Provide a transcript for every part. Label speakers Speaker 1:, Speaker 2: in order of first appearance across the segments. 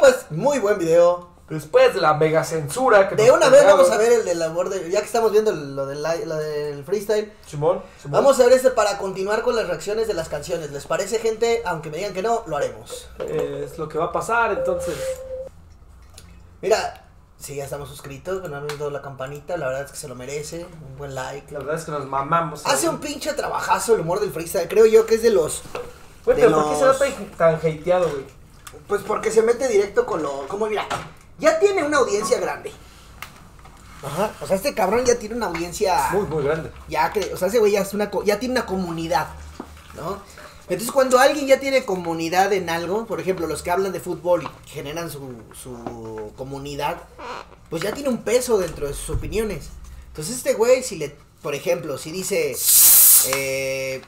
Speaker 1: pues, muy buen video.
Speaker 2: Después de la mega censura que
Speaker 1: De
Speaker 2: nos
Speaker 1: una vez
Speaker 2: pegaron.
Speaker 1: vamos a ver el de la border, ya que estamos viendo lo del, li- lo del freestyle.
Speaker 2: Simón, Simón.
Speaker 1: Vamos a ver este para continuar con las reacciones de las canciones. ¿Les parece, gente? Aunque me digan que no, lo haremos.
Speaker 2: Eh, es lo que va a pasar, entonces.
Speaker 1: Mira, si ya estamos suscritos, que no han dado la campanita, la verdad es que se lo merece. Un buen like.
Speaker 2: La verdad es que nos mamamos.
Speaker 1: Hace
Speaker 2: eh.
Speaker 1: un pinche trabajazo el humor del freestyle. Creo yo que es de los.
Speaker 2: Güey,
Speaker 1: de
Speaker 2: pero ¿por qué se
Speaker 1: los-
Speaker 2: ve tan, tan hateado, güey?
Speaker 1: Pues porque se mete directo con lo. Como mira, ya tiene una audiencia grande. Ajá. O sea, este cabrón ya tiene una audiencia.
Speaker 2: Muy, muy grande.
Speaker 1: Ya cre- o sea, ese güey ya, es una co- ya tiene una comunidad, ¿no? Entonces, cuando alguien ya tiene comunidad en algo, por ejemplo, los que hablan de fútbol y generan su, su comunidad, pues ya tiene un peso dentro de sus opiniones. Entonces, este güey, si le, por ejemplo, si dice, eh,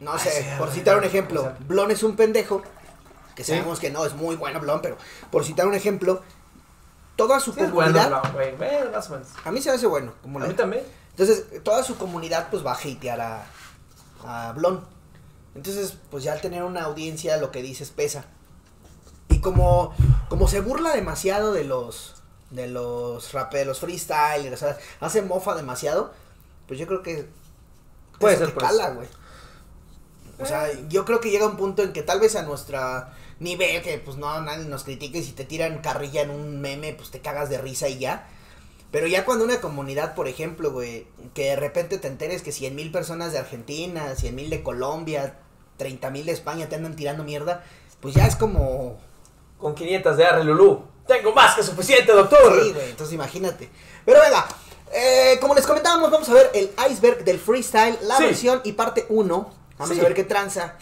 Speaker 1: no sé, por citar un ejemplo, Blon es un pendejo, que sabemos que no, es muy bueno Blon, pero por citar un ejemplo, toda su
Speaker 2: Sí, es bueno,
Speaker 1: comunidad,
Speaker 2: no, güey. eh, más o menos.
Speaker 1: a mí se me hace bueno, como
Speaker 2: A
Speaker 1: la-
Speaker 2: mí también.
Speaker 1: entonces, toda su comunidad pues va a hatear a, a Blon. Entonces, pues ya al tener una audiencia lo que dices pesa. Y como, como se burla demasiado de los de los rape- de los freestylers, o sea, hace mofa demasiado, pues yo creo que
Speaker 2: Puede
Speaker 1: eso
Speaker 2: ser,
Speaker 1: te
Speaker 2: pues.
Speaker 1: cala, güey. O sea, yo creo que llega un punto en que tal vez a nuestra nivel que pues no nadie nos critique si te tiran carrilla en un meme, pues te cagas de risa y ya. Pero ya cuando una comunidad, por ejemplo, güey, que de repente te enteres que 100 mil personas de Argentina, 100 mil de Colombia, 30 mil de España te andan tirando mierda, pues ya es como...
Speaker 2: Con 500 de Arre Lulú. Tengo más que suficiente, doctor.
Speaker 1: Sí, güey, entonces imagínate. Pero venga, eh, como les comentábamos, vamos a ver el iceberg del freestyle, la
Speaker 2: Sí.
Speaker 1: versión y parte 1. Vamos
Speaker 2: Sí.
Speaker 1: a ver qué tranza.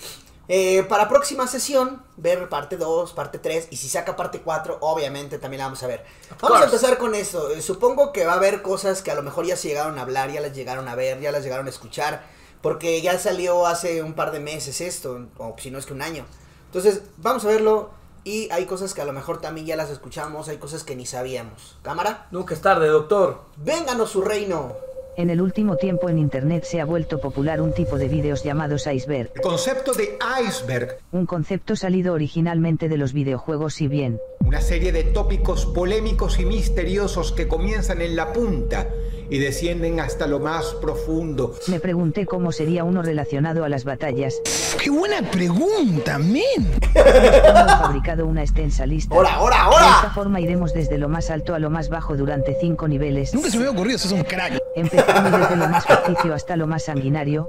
Speaker 1: Eh, para próxima sesión, ver parte 2, parte 3 y si saca parte 4, obviamente también la vamos a ver. Vamos a
Speaker 2: course.
Speaker 1: empezar con eso. Eh, Supongo que va a haber cosas que a lo mejor ya se llegaron a hablar, ya las llegaron a ver, ya las llegaron a escuchar, porque ya salió hace un par de meses esto, o si no es que un año. Entonces, vamos a verlo y hay cosas que a lo mejor también ya las escuchamos, hay cosas que ni sabíamos. ¿Cámara?
Speaker 2: Nunca es tarde, doctor.
Speaker 1: Vénganos su reino.
Speaker 3: En el último tiempo en Internet se ha vuelto popular un tipo de vídeos llamados iceberg,
Speaker 4: El concepto de iceberg,
Speaker 3: un concepto salido originalmente de los videojuegos si bien,
Speaker 4: una serie de tópicos polémicos y misteriosos que comienzan en la punta y descienden hasta lo más profundo.
Speaker 3: me pregunté cómo sería uno relacionado a las batallas,
Speaker 5: ¡Qué buena pregunta, men!
Speaker 3: hemos fabricado una extensa lista.
Speaker 1: ¡Hora, hora,
Speaker 3: De esta
Speaker 1: hora!
Speaker 3: forma iremos desde lo más alto a lo más bajo durante cinco niveles,
Speaker 5: Nunca se me había ocurrido, sos un crack.
Speaker 3: empezando desde lo más ficticio hasta lo más sanguinario.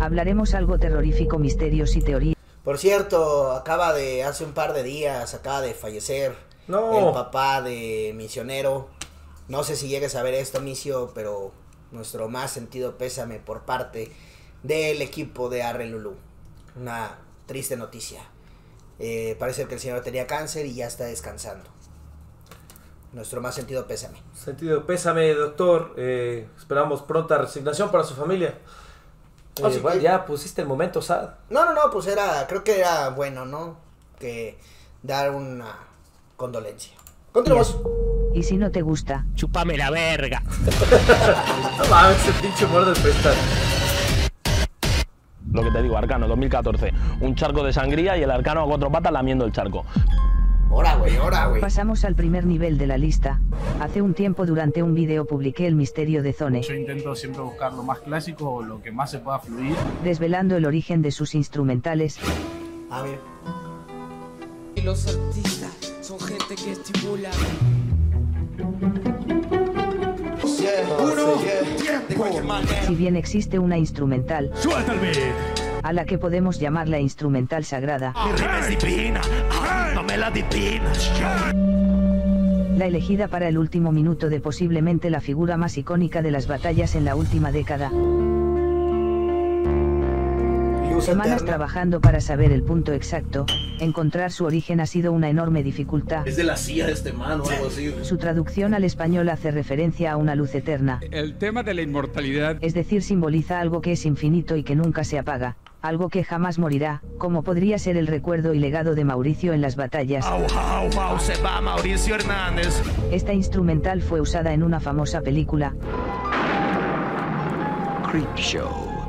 Speaker 3: Hablaremos algo terrorífico, misterios y teorías.
Speaker 1: Por cierto, acaba de, hace un par de días, acaba de fallecer
Speaker 2: No.
Speaker 1: el papá de Misionero. No sé si llegues a ver esto, Misio, pero nuestro más sentido pésame por parte del equipo de Arre Lulú. Una triste noticia. Eh, parece que el señor tenía cáncer y ya está descansando. Nuestro más sentido pésame.
Speaker 2: Sentido pésame, doctor. Eh, esperamos pronta resignación para su familia. Eh,
Speaker 1: Así
Speaker 2: bueno,
Speaker 1: que-
Speaker 2: ya pusiste el momento sad.
Speaker 1: No, no, no, pues era, creo que era bueno, ¿no? Que dar una condolencia. Continuamos.
Speaker 3: Y si no te gusta,
Speaker 6: Chupame la verga.
Speaker 2: No mames, ese pinche humor del freestyle.
Speaker 7: Lo que te digo, Arcano 2014. Un charco de sangría y el Arcano a cuatro patas lamiendo el charco.
Speaker 1: Ahora, güey, ahora, güey.
Speaker 3: Pasamos al primer nivel de la lista. Hace un tiempo durante un vídeo publiqué el misterio de Zone,
Speaker 8: Yo intento siempre buscar lo más clásico o lo que más se pueda fluir.
Speaker 3: desvelando el origen de sus instrumentales,
Speaker 1: Ah, mira.
Speaker 9: Y los artistas son gente que estimula.
Speaker 3: si bien existe una instrumental, a la que podemos llamar la instrumental sagrada. La elegida para el último minuto de posiblemente la figura más icónica de las batallas en la última década.
Speaker 1: Luz
Speaker 3: Semanas
Speaker 1: eterna.
Speaker 3: trabajando para saber el punto exacto, encontrar su origen ha sido una enorme dificultad.
Speaker 10: Es de la CIA este man o algo así.
Speaker 3: Su traducción al español hace referencia a una luz eterna. El tema de la inmortalidad. Es decir, simboliza algo que es infinito y que nunca se apaga, algo que jamás morirá, como podría ser el recuerdo y legado de Mauricio en las batallas.
Speaker 6: se va Mauricio Hernández.
Speaker 3: Esta instrumental fue usada en una famosa película.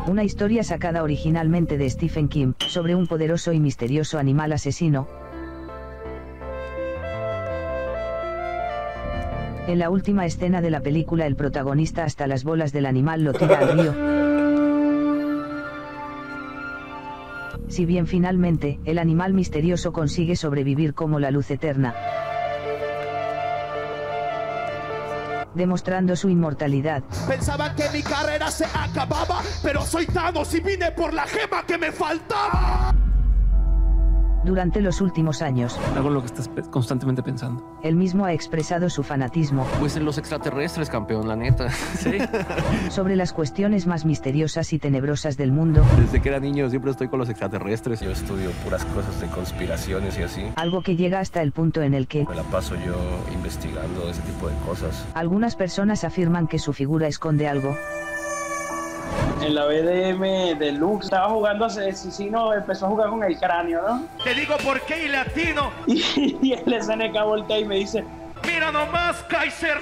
Speaker 3: Una historia sacada originalmente de Stephen King, sobre un poderoso y misterioso animal asesino. En la última escena de la película el protagonista hasta las bolas del animal lo tira al río. Si bien finalmente, el animal misterioso consigue sobrevivir como la luz eterna. Demostrando su inmortalidad.
Speaker 6: Pensaba que mi carrera se acababa, pero soy Thanos y vine por la gema que me faltaba.
Speaker 3: Durante los últimos años,
Speaker 11: Hago lo que estás pe- constantemente pensando.
Speaker 3: él mismo ha expresado su fanatismo
Speaker 11: Pues en los extraterrestres, campeón, la neta. Sí.
Speaker 3: sobre las cuestiones más misteriosas y tenebrosas del mundo,
Speaker 11: Desde que era niño siempre estoy con los extraterrestres. Yo estudio puras cosas de conspiraciones y así.
Speaker 3: algo que llega hasta el punto en el que
Speaker 11: Me la paso yo investigando ese tipo de cosas.
Speaker 3: algunas personas afirman que su figura esconde algo,
Speaker 12: En la BDM Deluxe estaba jugando asesino, empezó a jugar con el cráneo, ¿no?
Speaker 6: Te digo por qué y latino.
Speaker 12: Y el SNK voltea y me dice,
Speaker 6: Mira nomás, Kaiser.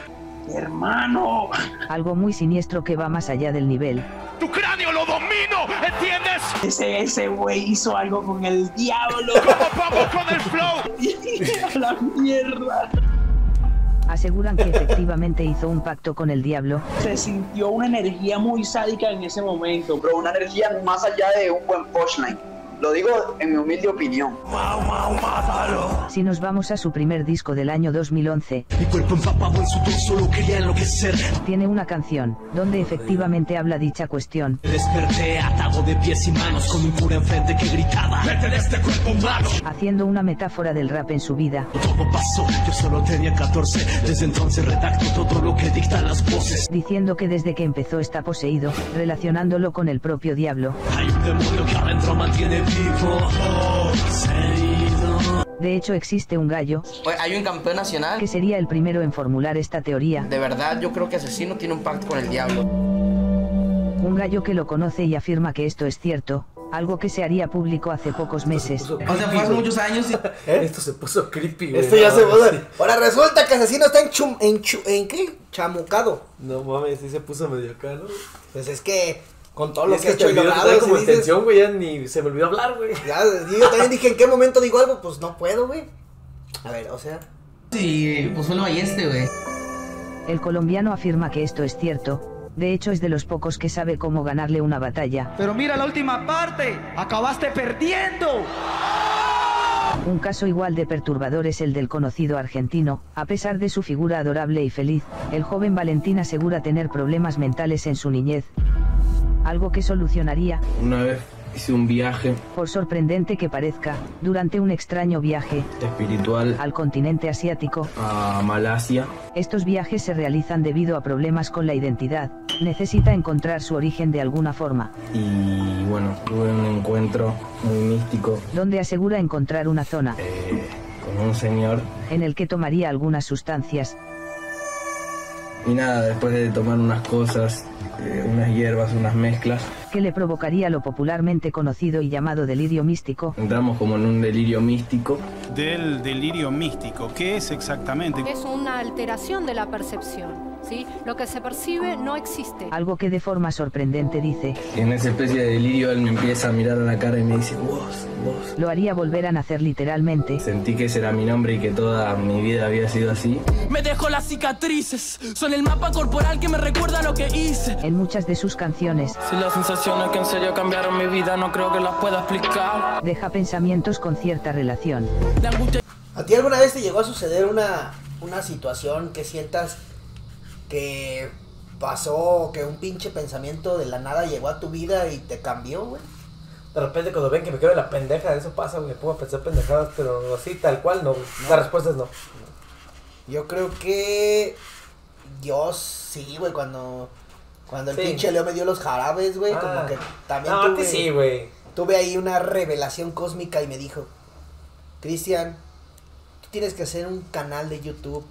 Speaker 12: hermano,
Speaker 3: algo muy siniestro que va más allá del nivel.
Speaker 6: Tu cráneo lo domino, ¿entiendes?
Speaker 12: ese, ese güey hizo algo con el diablo.
Speaker 6: ¿Cómo vamos con el
Speaker 12: flow? la mierda.
Speaker 3: Aseguran que efectivamente hizo un pacto con el diablo,
Speaker 12: Se sintió una energía muy sádica en ese momento, pero una energía más allá de un buen punchline. Lo digo en mi humilde opinión.
Speaker 3: si nos vamos a su primer disco del año 2011,
Speaker 13: Mi cuerpo empapado en sudor solo quería enloquecer.
Speaker 3: tiene una canción, donde efectivamente habla dicha cuestión.
Speaker 13: Me desperté atado de pies y manos con un cura enfrente que gritaba: Vete de este cuerpo humano.
Speaker 3: haciendo una metáfora del rap en su vida,
Speaker 13: Todo pasó, yo solo tenía 14. Desde entonces redacto todo lo que dictan las voces.
Speaker 3: diciendo que desde que empezó está poseído, relacionándolo con el propio diablo.
Speaker 13: Hay un demonio que adentro mantiene vivo. Oh, poseído.
Speaker 3: De hecho existe un gallo,
Speaker 14: hay un campeón nacional.
Speaker 3: que sería el primero en formular esta teoría,
Speaker 14: De verdad, yo creo que Asesino tiene un pacto con el diablo.
Speaker 3: un gallo que lo conoce y afirma que esto es cierto, algo que se haría público hace pocos meses.
Speaker 1: años.
Speaker 2: Esto se puso creepy, güey.
Speaker 1: Esto ya
Speaker 2: No,
Speaker 1: se puso.
Speaker 2: sí.
Speaker 1: Ahora resulta que asesino está en, chum- en, chu- ¿en qué? Chamucado.
Speaker 2: No mames, sí se puso medio acá, ¿no?
Speaker 1: Pues es que con todo lo
Speaker 2: Es
Speaker 1: que he
Speaker 2: este
Speaker 1: hecho y
Speaker 2: video
Speaker 1: logrado,
Speaker 2: trae
Speaker 1: si
Speaker 2: como
Speaker 1: dices-
Speaker 2: intención, güey, ya ni se me olvidó hablar, güey.
Speaker 1: Ya, y yo también dije, ¿en qué momento digo algo? Pues no puedo, güey. A ver, o sea.
Speaker 14: Sí, pues solo hay este, güey.
Speaker 3: El colombiano afirma que esto es cierto, de hecho es de los pocos que sabe cómo ganarle una batalla,
Speaker 6: Pero mira la última parte. Acabaste perdiendo.
Speaker 3: Un caso igual de perturbador es el del conocido argentino, a pesar de su figura adorable y feliz, el joven Valentín asegura tener problemas mentales en su niñez. Algo que solucionaría,
Speaker 15: Una vez hice un viaje
Speaker 3: por sorprendente que parezca, durante un extraño viaje
Speaker 15: espiritual
Speaker 3: al continente asiático.
Speaker 15: a Malasia.
Speaker 3: Estos viajes se realizan debido a problemas con la identidad, necesita encontrar su origen de alguna forma,
Speaker 15: Y bueno, tuve un encuentro muy místico
Speaker 3: donde asegura encontrar una zona,
Speaker 15: Eh, con un señor.
Speaker 3: en el que tomaría algunas sustancias,
Speaker 15: Y nada, después de tomar unas cosas, eh, unas hierbas, unas mezclas,
Speaker 3: que le provocaría lo popularmente conocido y llamado delirio místico,
Speaker 15: entramos como en un delirio místico.
Speaker 16: Del delirio místico, ¿qué es exactamente?
Speaker 17: Es una alteración de la percepción, ¿sí? Lo que se percibe no existe.
Speaker 3: algo que de forma sorprendente dice,
Speaker 15: Y en esa especie de delirio él me empieza a mirar a la cara y me dice, vos, vos.
Speaker 3: lo haría volver a nacer literalmente,
Speaker 15: Sentí que ese era mi nombre y que toda mi vida había sido así.
Speaker 18: Me dejo las cicatrices, son el mapa corporal que me recuerda lo que hice.
Speaker 3: en muchas de sus canciones,
Speaker 18: Si las sensaciones que en serio cambiaron mi vida, no creo que las pueda explicar.
Speaker 3: deja pensamientos con cierta relación.
Speaker 1: ¿A ti alguna vez te llegó a suceder una, una situación que sientas que pasó, que un pinche pensamiento de la nada llegó a tu vida y te cambió, güey?
Speaker 2: De repente cuando ven que me quedo en la pendeja, eso pasa, güey, me pongo a pensar pendejadas, pero así tal cual no, güey. La respuesta es no.
Speaker 1: Yo creo que. Dios, sí, güey, cuando. Cuando el
Speaker 2: Sí.
Speaker 1: pinche Leo me dio los jarabes, güey,
Speaker 2: Ah.
Speaker 1: como que también
Speaker 2: No, a ti
Speaker 1: tuve.
Speaker 2: sí, güey.
Speaker 1: Tuve ahí una revelación cósmica y me dijo: Cristian, tú tienes que hacer un canal de YouTube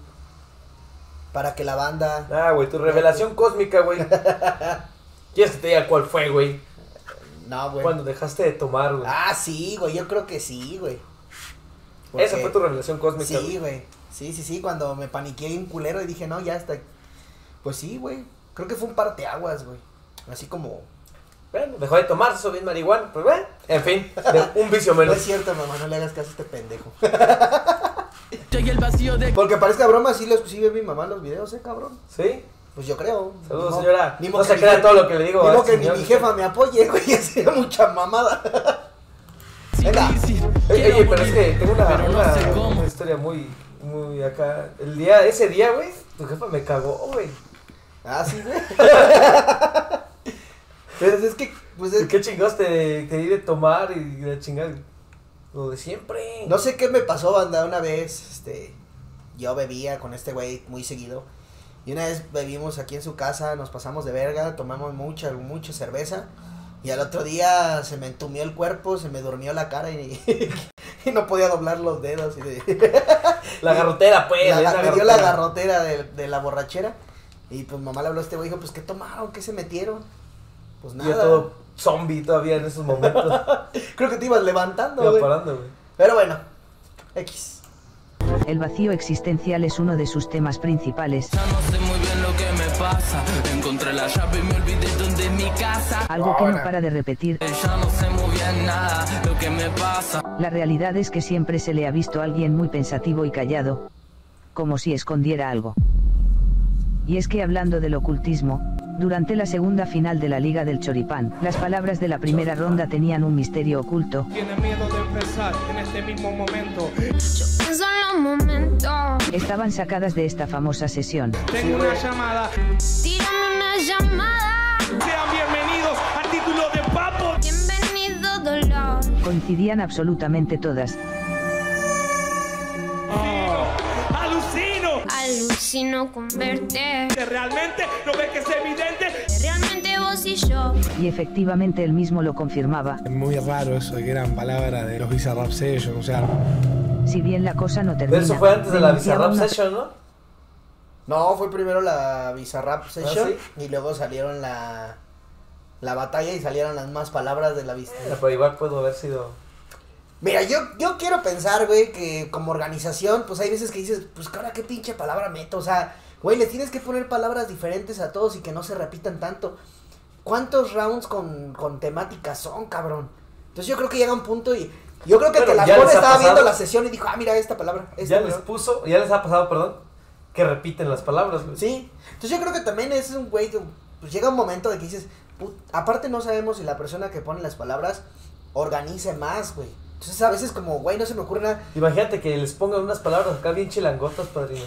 Speaker 1: para que la banda.
Speaker 2: Ah, güey, tu revelación cósmica, güey. ¿Quieres que te diga cuál fue, güey?
Speaker 1: No, güey.
Speaker 2: Cuando dejaste de tomar, güey.
Speaker 1: Ah, sí, güey, yo creo que sí, güey.
Speaker 2: Esa fue tu revelación cósmica,
Speaker 1: Sí,
Speaker 2: güey.
Speaker 1: güey. Sí, sí, sí, cuando me paniqué un culero y dije, no, ya está. Pues sí, güey. Creo que fue un parteaguas, güey. Así como.
Speaker 2: Bueno, dejó de tomar, eso bien marihuana, pues bueno. En fin, de un vicio menos.
Speaker 1: No es cierto, mamá, no le hagas caso a este pendejo.
Speaker 18: Llegué al vacío de...
Speaker 1: Porque parezca broma, sí, los, sí ve mi mamá los videos, ¿eh, cabrón?
Speaker 2: ¿Sí?
Speaker 1: Pues yo creo.
Speaker 2: Saludos,
Speaker 1: Ni mo-
Speaker 2: señora.
Speaker 1: ni
Speaker 2: No
Speaker 1: mo
Speaker 2: se
Speaker 1: mi
Speaker 2: crea
Speaker 1: je-
Speaker 2: todo lo que le digo,
Speaker 1: Ni
Speaker 2: ah,
Speaker 1: mo que ni
Speaker 2: señor.
Speaker 1: mi jefa me apoye, güey, sería mucha mamada. Venga.
Speaker 2: Oye, oye, pero es que tengo una, una- una historia muy, muy acá. El día, ese día, güey, tu jefa me cagó, güey.
Speaker 1: Ah, sí, güey.
Speaker 2: Pero es que, pues es... ¿Qué chingados te, te di de tomar y la chingada? Lo de siempre.
Speaker 1: No sé qué me pasó, banda, una vez, este, yo bebía con este güey muy seguido. Y una vez bebimos aquí en su casa, nos pasamos de verga, tomamos mucha, mucha cerveza. Y al otro día se me entumió el cuerpo, se me durmió la cara y, y no podía doblar los dedos. y de-
Speaker 2: La garrotera, pues.
Speaker 1: La-
Speaker 2: es la
Speaker 1: me dio la
Speaker 2: garrotera.
Speaker 1: garrotera de, de la borrachera. Y pues mamá le habló a este güey, dijo, pues ¿qué tomaron? ¿Qué se metieron? Pues
Speaker 2: Yo
Speaker 1: nada.
Speaker 2: todo zombie todavía en esos momentos.
Speaker 1: Creo que te ibas levantando,
Speaker 2: Iba
Speaker 1: güey.
Speaker 2: parando, güey.
Speaker 1: Pero bueno, X.
Speaker 3: El vacío existencial es uno de sus temas principales,
Speaker 18: Sé muy bien lo que me pasa. Encontré la llave y me olvidé dónde es mi casa. eh,
Speaker 3: algo que no para de repetir.
Speaker 18: Ya no sé muy bien nada lo que me pasa.
Speaker 3: La realidad es que siempre se le ha visto a alguien muy pensativo y callado, como si escondiera algo. Y es que hablando del ocultismo, durante la segunda final de la Liga del Choripán, las palabras de la primera ronda tenían un misterio oculto,
Speaker 19: Tiene miedo de empezar en este mismo momento.
Speaker 20: Pienso en los momentos.
Speaker 3: estaban sacadas de esta famosa sesión.
Speaker 19: Tengo una llamada.
Speaker 20: Tírame una llamada.
Speaker 19: Sean bienvenidos al título de Papo.
Speaker 20: Bienvenido dolor.
Speaker 3: Coincidían absolutamente todas,
Speaker 19: Alucino.
Speaker 20: Alucino con verte.
Speaker 19: Que Realmente no ves que es evidente.
Speaker 20: Que Realmente vos y yo.
Speaker 3: y efectivamente él mismo lo confirmaba.
Speaker 21: Es muy raro eso de que eran palabras de los Bizarrap Sessions, o sea...
Speaker 3: Si bien la cosa no termina.
Speaker 2: Pero eso fue antes de la
Speaker 3: denunciaba
Speaker 2: Bizarrap
Speaker 3: una-
Speaker 2: Session, ¿no?
Speaker 1: No, fue primero la Bizarrap Session
Speaker 2: ¿Ah,
Speaker 1: y luego salieron la la batalla y salieron las más palabras de la
Speaker 2: Bueno,
Speaker 1: Bizarrap.
Speaker 2: Pero igual pudo haber sido.
Speaker 1: Mira, yo, yo quiero pensar, güey, que como organización, pues hay veces que dices, pues cara, qué pinche palabra meto, o sea, güey, le tienes que poner palabras diferentes a todos y que no se repitan tanto. ¿Cuántos rounds con, con temáticas son, cabrón? Entonces yo creo que llega un punto y yo creo que
Speaker 2: Bueno,
Speaker 1: el
Speaker 2: ya
Speaker 1: Telagón
Speaker 2: les ha
Speaker 1: estaba viendo
Speaker 2: pasado.
Speaker 1: la sesión y dijo, ah, mira esta palabra, esta
Speaker 2: Ya les
Speaker 1: palabra".
Speaker 2: puso, ya les ha pasado, perdón, que repiten las palabras, güey.
Speaker 1: Sí. Entonces yo creo que también es un güey que pues, llega un momento de que dices, "Put- aparte no sabemos si la persona que pone las palabras organice más, güey. Entonces a veces como, güey, no se me ocurre nada,
Speaker 2: Imagínate que les pongan unas palabras acá bien chilangotas, padrino.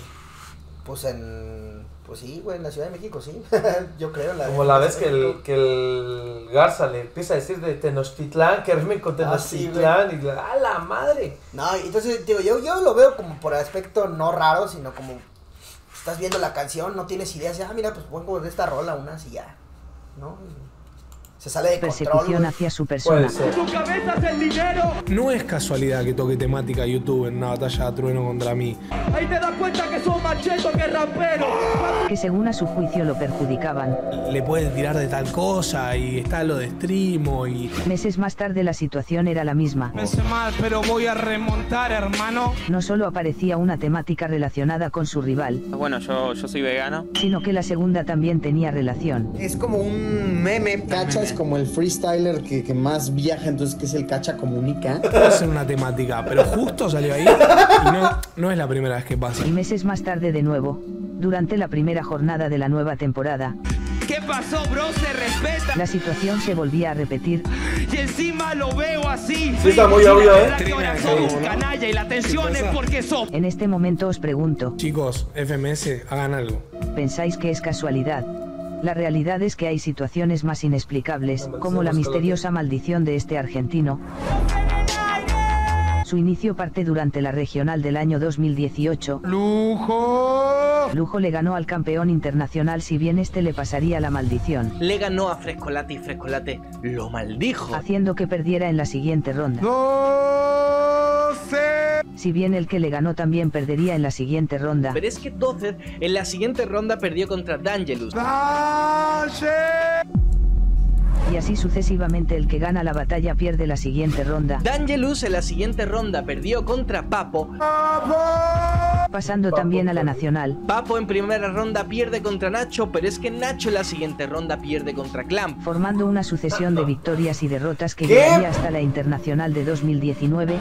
Speaker 1: pues en... Pues sí, güey, en la Ciudad de México, sí. yo creo. en La
Speaker 2: Como la vez que el, que el Garza le empieza a decir de Tenochtitlán, que rimen con
Speaker 1: Ah, sí,
Speaker 2: Tenochtitlán. y la- ¡A la madre!
Speaker 1: No, y entonces digo, yo, yo lo veo como por aspecto no raro, sino como estás viendo la canción, no tienes ideas, ya, ah, mira, pues pongo de esta rola unas y ya. ¿No? Y se sale de control.
Speaker 3: Persecución
Speaker 1: güey.
Speaker 3: hacia su persona.
Speaker 2: Pues.
Speaker 19: Tu cabeza es el dinero.
Speaker 21: No es casualidad que toque temática YouTube en una batalla a trueno contra mí.
Speaker 19: Ahí te das cuenta que son machetos que raperos.
Speaker 3: que según a su juicio lo perjudicaban.
Speaker 21: Le pueden tirar de tal cosa y está lo de streamo y...
Speaker 3: Meses más tarde la situación era la misma.
Speaker 19: Pensé mal, pero voy a remontar, hermano.
Speaker 3: No solo aparecía una temática relacionada con su rival,
Speaker 22: Bueno, yo, yo soy vegano.
Speaker 3: sino que la segunda también tenía relación.
Speaker 23: Es como un meme. Cacha es como el freestyler que, que más viaja, entonces que es el cacha comunica.
Speaker 21: Puede ser una temática, pero justo salió ahí y no, no es la primera vez que pasa.
Speaker 3: Y meses más tarde de nuevo, durante la primera jornada de la nueva temporada,
Speaker 19: ¿Qué pasó, bro? Se respeta.
Speaker 3: la situación se volvía a repetir.
Speaker 19: Y encima lo veo así.
Speaker 3: Sí, está muy
Speaker 19: Y la
Speaker 3: obvio,
Speaker 19: verdad
Speaker 3: ¿eh?
Speaker 19: que ahora
Speaker 21: Trina,
Speaker 19: sos
Speaker 21: sí,
Speaker 19: un
Speaker 21: ¿no?
Speaker 19: canalla y la atención es porque sos.
Speaker 3: En este momento os pregunto,
Speaker 21: Chicos, FMS, hagan algo.
Speaker 3: ¿pensáis que es casualidad? La realidad es que hay situaciones más inexplicables, como la misteriosa maldición de este argentino. Su inicio parte durante la regional del año 2018. ¡Lujo! Lujo le ganó al campeón internacional si bien este le pasaría la maldición,
Speaker 24: Le ganó a Frescolate y Frescolate lo maldijo.
Speaker 3: haciendo que perdiera en la siguiente ronda. Si bien el que le ganó también perdería en la siguiente ronda.
Speaker 24: Pero es que entonces en la siguiente ronda perdió contra Dangelus.
Speaker 3: Y así sucesivamente el que gana la batalla pierde la siguiente ronda,
Speaker 24: Dangelus en la siguiente ronda perdió contra Papo.
Speaker 3: pasando también a la nacional.
Speaker 24: Papo en primera ronda pierde contra Nacho, pero es que Nacho en la siguiente ronda pierde contra Clamp.
Speaker 3: formando una sucesión de victorias y derrotas que
Speaker 24: ¿Qué?
Speaker 3: llegaría hasta la Internacional de 2019.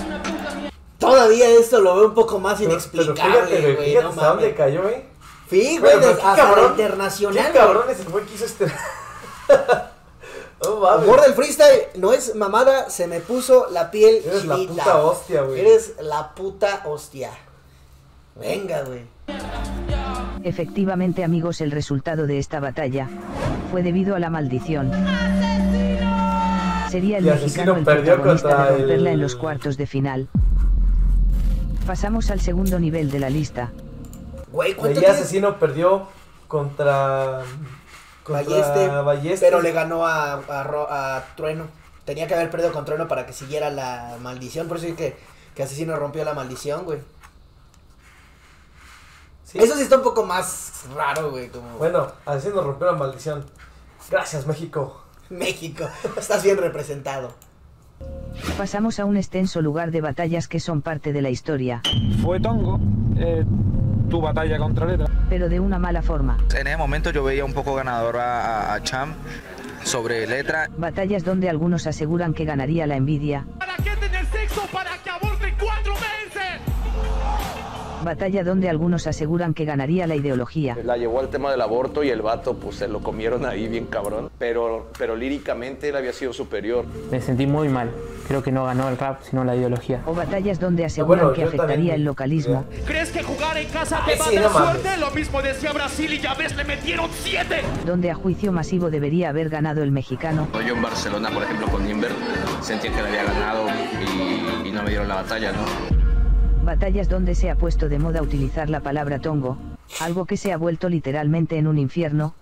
Speaker 1: Todavía esto lo veo un poco más
Speaker 2: Pero fíjate,
Speaker 1: inexplicable,
Speaker 2: güey,
Speaker 1: güey.
Speaker 2: fíjate
Speaker 1: No
Speaker 2: hasta dónde
Speaker 1: mames.
Speaker 2: cayó, eh.
Speaker 1: Sí, güey,
Speaker 2: Pero, pero
Speaker 1: des-
Speaker 2: qué
Speaker 1: hasta la
Speaker 2: cabrón,
Speaker 1: internacional.
Speaker 2: Qué
Speaker 1: güey.
Speaker 2: cabrón es el güey que hizo este. no mames.
Speaker 1: Humor del freestyle no es mamada, se me puso la piel
Speaker 2: Eres la
Speaker 1: chinita.
Speaker 2: puta hostia, güey.
Speaker 1: Eres la puta hostia. Venga, güey.
Speaker 3: Efectivamente amigos el resultado de esta batalla fue debido a la maldición. Sería el
Speaker 2: Y
Speaker 3: mexicano
Speaker 2: Asesino
Speaker 3: el
Speaker 2: perdió
Speaker 3: protagonista
Speaker 2: contra
Speaker 3: de romperla en
Speaker 2: el-
Speaker 3: los cuartos de final. Pasamos al segundo nivel de la lista.
Speaker 1: Güey,
Speaker 2: Leí Asesino perdió contra. contra
Speaker 1: Balleste,
Speaker 2: Balleste.
Speaker 1: Pero le ganó a, a Ro- a Trueno. Tenía que haber perdido con Trueno para que siguiera la maldición. Por eso es que, que Asesino rompió la maldición, güey. Eso sí está un poco más raro, güey. Como...
Speaker 2: Bueno, Asesino rompió la maldición. Gracias, México.
Speaker 1: México, estás bien representado.
Speaker 3: Pasamos a un extenso lugar de batallas que son parte de la historia,
Speaker 4: Fue Tongo, eh, tu batalla contra Letra.
Speaker 3: pero de una mala forma.
Speaker 4: En ese momento yo veía un poco ganador a, a- a Cham sobre Letra.
Speaker 3: Batallas donde algunos aseguran que ganaría la envidia,
Speaker 6: sexo para que aborten cuatro meses.
Speaker 3: batalla donde algunos aseguran que ganaría la ideología.
Speaker 5: La llevó al tema del aborto y el vato pues se lo comieron ahí bien cabrón. Pero, pero líricamente él había sido superior.
Speaker 7: Me sentí muy mal. Creo que no ganó el rap, sino la ideología.
Speaker 3: O batallas donde aseguran
Speaker 7: bueno,
Speaker 3: que
Speaker 7: yo
Speaker 3: afectaría
Speaker 7: también-
Speaker 3: el localismo.
Speaker 6: ¿Crees que jugar en casa
Speaker 7: Ay,
Speaker 6: te va
Speaker 7: sí,
Speaker 6: a
Speaker 7: no
Speaker 6: dar
Speaker 7: mames.
Speaker 6: suerte? Lo mismo decía Brasil y ya ves, le metieron siete.
Speaker 3: donde a juicio masivo debería haber ganado el mexicano,
Speaker 4: Yo en Barcelona, por ejemplo, con Inver, sentía que le había ganado y, y no me dieron la batalla, ¿no?
Speaker 3: batallas donde se ha puesto de moda utilizar la palabra tongo, algo que se ha vuelto literalmente en un infierno,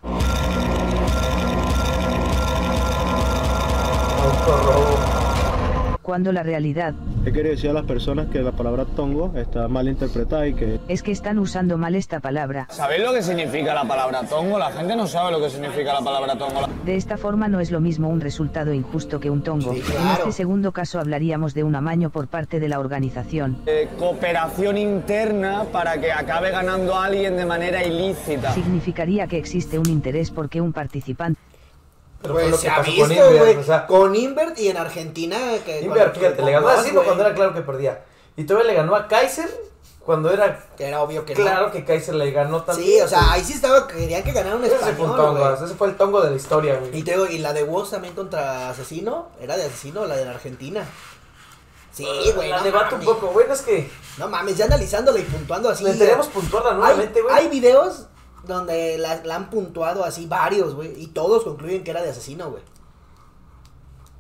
Speaker 3: cuando la realidad
Speaker 22: He querido decir a las personas que la palabra tongo está mal interpretada y que
Speaker 3: es que están usando mal esta palabra.
Speaker 4: ¿Sabéis lo que significa la palabra tongo? La gente no sabe lo que significa la palabra tongo.
Speaker 3: De esta forma no es lo mismo un resultado injusto que un tongo. En este segundo caso hablaríamos de un amaño por parte de la organización.
Speaker 4: cooperación interna para que acabe ganando a alguien de manera ilícita.
Speaker 3: Significaría que existe un interés porque un participante
Speaker 1: Pues
Speaker 2: lo
Speaker 1: se
Speaker 2: que
Speaker 1: ha
Speaker 2: pasó
Speaker 1: visto,
Speaker 2: con Invert,
Speaker 1: güey.
Speaker 2: o sea-
Speaker 1: Con Invert y en Argentina. Que
Speaker 2: Inver, fíjate, le ganó a Asesino
Speaker 1: güey.
Speaker 2: cuando era claro que perdía. Y todavía le ganó a Kaiser cuando era.
Speaker 1: Era obvio que no.
Speaker 2: Claro que Kaiser le ganó también.
Speaker 1: Sí, o sea,
Speaker 2: güey.
Speaker 1: ahí sí estaba, querían que ganara un
Speaker 2: Ese fue un
Speaker 1: español,
Speaker 2: tongo,
Speaker 1: güey.
Speaker 2: ese fue el tongo de la historia, güey.
Speaker 1: Y te digo, y la de Woz también contra Asesino, era de Asesino, la de la Argentina. Sí, güey.
Speaker 2: Ah, La
Speaker 1: no
Speaker 2: debato un
Speaker 1: mames.
Speaker 2: poco, güey, no es que.
Speaker 1: No mames, ya analizándola y puntuando así. eh.
Speaker 2: Le tenemos puntuarla
Speaker 1: Hay-
Speaker 2: nuevamente, güey.
Speaker 1: hay, videos donde la, la han puntuado así varios, güey, y todos concluyen que era de Asesino, güey.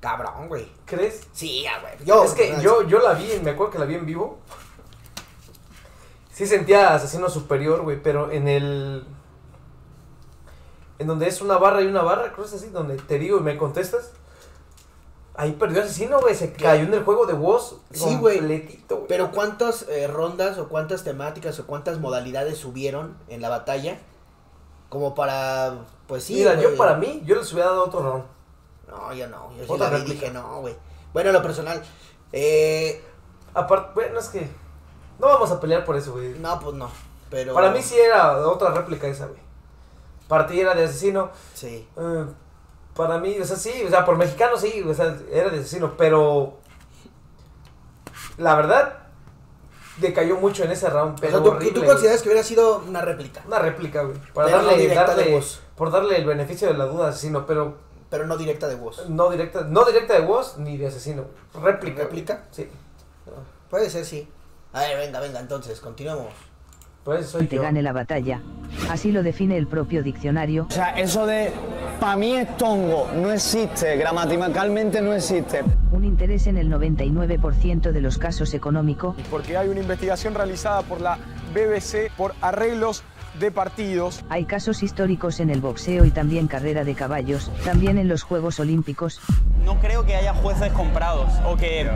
Speaker 1: Cabrón, güey.
Speaker 2: ¿Crees?
Speaker 1: Sí, ya, güey. Yo,
Speaker 2: es que yo, yo la vi, me acuerdo que la vi en vivo. Sí sentía asesino superior, güey, pero en el. En donde es una barra y una barra, creo que es así, donde te digo y me contestas. Ahí perdió asesino, güey, se cayó en el juego de Woz.
Speaker 1: Sí, güey. Pero cuántas eh, rondas o cuántas temáticas o cuántas modalidades subieron en la batalla como para, pues sí.
Speaker 2: Mira, yo
Speaker 1: güey.
Speaker 2: para mí, yo les hubiera dado otro round.
Speaker 1: No, yo no. Yo sí
Speaker 2: Otra
Speaker 1: la vi y
Speaker 2: réplica.
Speaker 1: dije, no, güey. Bueno, lo personal. Eh...
Speaker 2: Aparte, bueno, es que no vamos a pelear por eso, güey.
Speaker 1: No, pues no. Pero...
Speaker 2: Para mí sí era otra réplica esa, güey. Para ti era de asesino.
Speaker 1: Sí.
Speaker 2: Eh, para mí, o sea, sí, o sea, por mexicano sí, o sea, era de asesino, pero. La verdad, decayó mucho en ese round.
Speaker 1: O
Speaker 2: Pero
Speaker 1: sea, ¿tú,
Speaker 2: horrible,
Speaker 1: tú
Speaker 2: güey.
Speaker 1: consideras que hubiera sido una réplica?
Speaker 2: Una réplica, güey. Para
Speaker 1: Pero no
Speaker 2: darle,
Speaker 1: directa
Speaker 2: darle-
Speaker 1: de voz.
Speaker 2: por darle el beneficio de la duda a asesino, pero.
Speaker 1: Pero no directa de voz.
Speaker 2: No directa, no directa de voz ni de asesino. Réplica. ¿Réplica? Sí.
Speaker 1: Puede ser, sí. A ver, venga, venga, entonces, continuemos.
Speaker 2: Pues
Speaker 3: que gane la batalla. Así lo define el propio diccionario.
Speaker 4: O sea, eso de para mí es tongo, no existe, gramaticalmente no existe.
Speaker 3: Un interés en el 99% de los casos económico,
Speaker 5: Porque hay una investigación realizada por la BBC por arreglos de partidos.
Speaker 3: hay casos históricos en el boxeo y también carrera de caballos, también en los Juegos Olímpicos,
Speaker 25: No creo que haya jueces comprados o que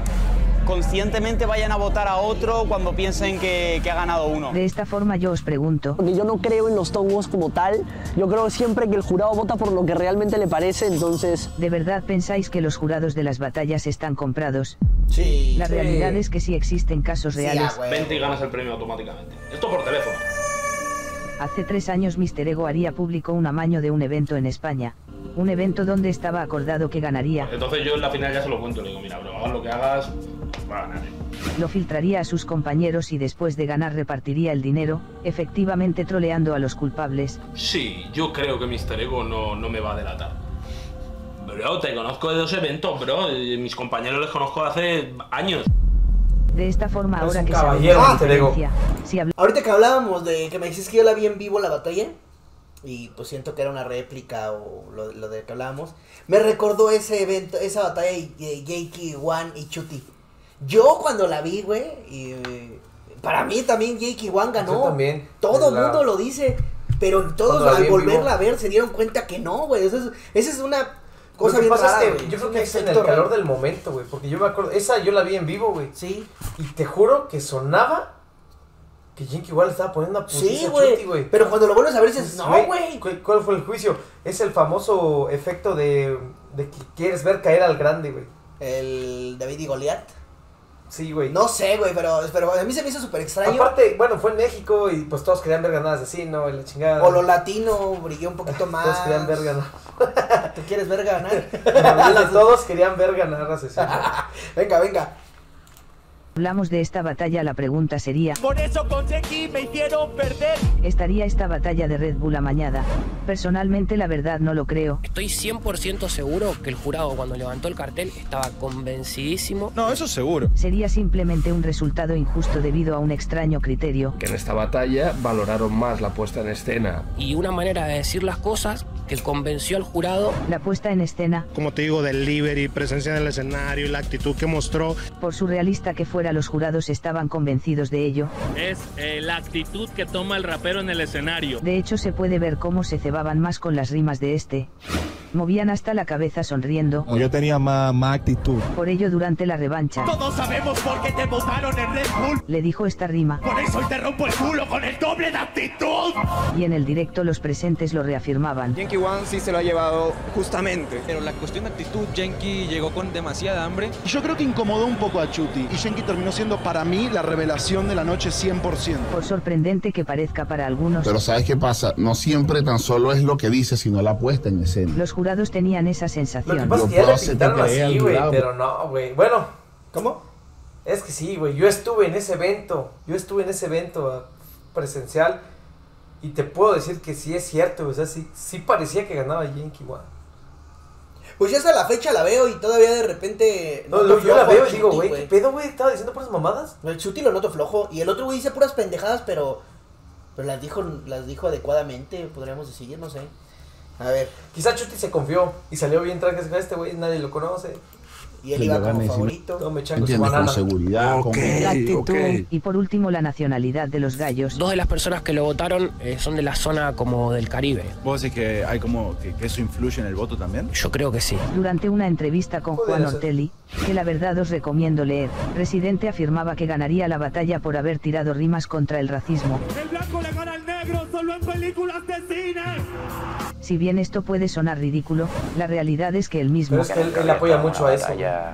Speaker 25: conscientemente vayan a votar a otro cuando piensen que, que ha ganado uno.
Speaker 3: De esta forma yo os pregunto,
Speaker 26: Porque yo no creo en los tongos como tal. Yo creo siempre que el jurado vota por lo que realmente le parece, entonces...
Speaker 3: ¿de verdad pensáis que los jurados de las batallas están comprados?
Speaker 1: Sí.
Speaker 3: La
Speaker 27: Sí.
Speaker 3: realidad es que sí existen casos reales.
Speaker 27: Vente y ganas el premio automáticamente. Esto por teléfono.
Speaker 3: Hace tres años Mister Ego haría público un amaño de un evento en España. Un evento donde estaba acordado que ganaría.
Speaker 27: Entonces yo en la final ya se lo cuento, le digo, mira, bro, hagas lo que hagas, va a ganar.
Speaker 3: lo filtraría a sus compañeros y después de ganar repartiría el dinero, efectivamente troleando a los culpables.
Speaker 27: Sí, yo creo que Mr. Ego no, no me va a delatar. Bro, te conozco de dos eventos, bro. Y Mis compañeros les conozco hace años.
Speaker 3: De esta forma
Speaker 1: Es
Speaker 3: ahora
Speaker 1: un
Speaker 3: que se
Speaker 1: caballero,
Speaker 3: la
Speaker 1: Mr. Ego.
Speaker 3: diferencia, si habla-
Speaker 1: Ahorita que hablábamos de que me dices que yo la vi en vivo la batalla, y pues siento que era una réplica o lo, lo de que hablábamos, me recordó ese evento, esa batalla de de Jakey, Wan y Chuti. Yo cuando la vi, güey, y, eh, para mí también Jakey Wan ganó.
Speaker 2: Yo también.
Speaker 1: Todo el
Speaker 2: La-
Speaker 1: mundo lo dice, pero todos
Speaker 2: Cuando la vi
Speaker 1: al
Speaker 2: en
Speaker 1: volverla
Speaker 2: vivo.
Speaker 1: a ver se dieron cuenta que no, güey. Esa es, esa es una cosa
Speaker 2: lo que
Speaker 1: bien
Speaker 2: pasa
Speaker 1: rara,
Speaker 2: es que
Speaker 1: güey.
Speaker 2: yo creo
Speaker 1: un
Speaker 2: que es en el
Speaker 1: efecto
Speaker 2: calor
Speaker 1: raro.
Speaker 2: del momento, güey. Porque yo me acuerdo, esa yo la vi en vivo, güey.
Speaker 1: Sí.
Speaker 2: Y te juro que sonaba que Jinky igual estaba poniendo una
Speaker 1: Sí,
Speaker 2: putiza a
Speaker 1: güey.
Speaker 2: Chuty, güey. Pues,
Speaker 1: Pero cuando lo vuelves a ver dices, "No,
Speaker 2: ¿cu- ¿Cuál fue el juicio? Es el famoso efecto de, de que quieres ver caer al grande, güey.
Speaker 1: El David y Goliat.
Speaker 2: Sí, güey.
Speaker 1: No sé, güey, pero, pero a mí se me hizo súper extraño.
Speaker 2: Aparte, bueno, fue en México y pues todos querían ver ganadas así, ¿no? Y la chingada.
Speaker 1: O lo latino brilló un poquito más.
Speaker 2: Todos querían ver ganar.
Speaker 1: ¿Tú quieres ver ganar?
Speaker 2: todos querían ver ganar la sesión.
Speaker 1: venga, venga.
Speaker 3: hablamos de esta batalla la pregunta sería,
Speaker 8: Por eso conseguí, me hicieron perder.
Speaker 3: ¿estaría esta batalla de Red Bull amañada? Personalmente la verdad no lo creo.
Speaker 9: Estoy 100% seguro que el jurado cuando levantó el cartel estaba convencidísimo.
Speaker 3: No, eso seguro. Sería simplemente un resultado injusto debido a un extraño criterio.
Speaker 10: que en esta batalla valoraron más la puesta en escena.
Speaker 9: Y una manera de decir las cosas que convenció al jurado.
Speaker 3: La puesta en escena,
Speaker 22: Como te digo, delivery, presencia en el escenario, la actitud que mostró.
Speaker 3: por surrealista que fuera los jurados estaban convencidos de ello.
Speaker 11: Es eh, la actitud que toma el rapero en el escenario.
Speaker 3: De hecho se puede ver cómo se cebaban más con las rimas de este. Movían hasta la cabeza sonriendo,
Speaker 22: Yo tenía más, actitud.
Speaker 3: por ello durante la revancha,
Speaker 8: Todos sabemos por qué te votaron en Red Bull.
Speaker 3: le dijo esta rima.
Speaker 8: Por eso hoy te rompo el culo con el doble de actitud.
Speaker 3: Y en el directo los presentes lo reafirmaban.
Speaker 10: Yankee One sí se lo ha llevado justamente.
Speaker 24: Pero la cuestión de actitud, Yankee llegó con demasiada hambre.
Speaker 22: Yo creo que incomodó un poco a Chuti y Yankee terminó siendo para mí la revelación de la noche 100%.
Speaker 3: Por sorprendente que parezca para algunos,
Speaker 11: Pero ¿sabes qué pasa? No siempre tan solo es lo que dice, sino la puesta en escena.
Speaker 3: los jurados tenían esa sensación.
Speaker 11: Lo
Speaker 2: Ya
Speaker 11: puedo
Speaker 2: le
Speaker 11: hacer
Speaker 2: pintaron
Speaker 11: que vea
Speaker 2: así,
Speaker 11: el
Speaker 2: güey,
Speaker 11: Bravo.
Speaker 2: pero no, güey. Bueno. ¿Cómo? Es que sí, güey. Yo estuve en ese evento. Yo estuve en ese evento ah, presencial. Y te puedo decir que sí es cierto, güey, O sea, sí, sí parecía que ganaba Yankee One.
Speaker 1: Pues yo hasta la fecha la veo y todavía de repente.
Speaker 2: No,
Speaker 1: noto
Speaker 2: lo- yo la
Speaker 1: flojo a
Speaker 2: veo y digo,
Speaker 1: Chuty,
Speaker 2: güey, ¿qué pedo, güey? ¿Estaba diciendo puras mamadas?
Speaker 1: El Chuti lo noto flojo. Y el otro güey dice puras pendejadas, pero. Pero las dijo, las dijo adecuadamente, podríamos decir, no sé. A ver.
Speaker 2: Quizá Chuti se confió y salió bien trajes con este, güey. Nadie lo conoce.
Speaker 1: Y
Speaker 11: él Se iba lo gana como encima. favorito.
Speaker 2: No me chango su
Speaker 11: ¿Entiendes? Con
Speaker 2: banana.
Speaker 11: seguridad. con-
Speaker 3: La actitud. Y por último la nacionalidad de los gallos.
Speaker 9: Dos de las personas que lo votaron eh, son de la zona como del Caribe.
Speaker 12: ¿Vos decís que hay como que, que eso influye en el voto también?
Speaker 9: Yo creo que sí.
Speaker 3: Durante una entrevista con
Speaker 12: Joder,
Speaker 3: Juan
Speaker 12: eso-
Speaker 3: Ortelli, que la verdad os recomiendo leer, Residente afirmaba que ganaría la batalla por haber tirado rimas contra el racismo.
Speaker 8: El blanco le gana al negro solo en películas de cine.
Speaker 3: Si bien esto puede sonar ridículo, la realidad es que él mismo
Speaker 2: Pero es que él, él apoya mucho a eso.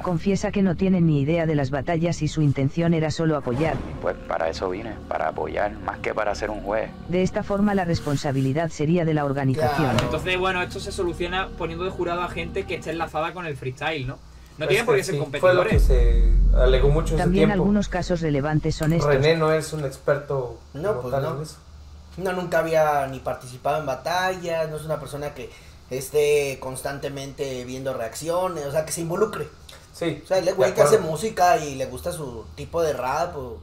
Speaker 3: confiesa que no tiene ni idea de las batallas y su intención era solo apoyar.
Speaker 13: Pues para eso vine, para apoyar, más que para ser un juez.
Speaker 3: De esta forma la responsabilidad sería de la organización.
Speaker 14: Entonces, bueno, esto se soluciona poniendo de jurado a gente que esté enlazada con el freestyle, ¿no? No
Speaker 2: Es
Speaker 14: tienen por
Speaker 2: que
Speaker 14: qué ser
Speaker 2: Pues
Speaker 14: eh.
Speaker 2: sí, Fue lo que
Speaker 14: competidores.
Speaker 2: se alegó mucho en ese
Speaker 3: También
Speaker 2: tiempo.
Speaker 3: algunos casos relevantes son estos.
Speaker 2: René no es un experto.
Speaker 1: No,
Speaker 2: como
Speaker 1: pues
Speaker 2: tal
Speaker 1: no.
Speaker 2: en eso.
Speaker 1: No, nunca había ni participado en batallas, no es una persona que esté constantemente viendo reacciones, o sea, que se involucre.
Speaker 2: Sí.
Speaker 1: O sea, el güey
Speaker 2: de
Speaker 1: que hace
Speaker 2: acuerdo.
Speaker 1: música y le gusta su tipo de rap, o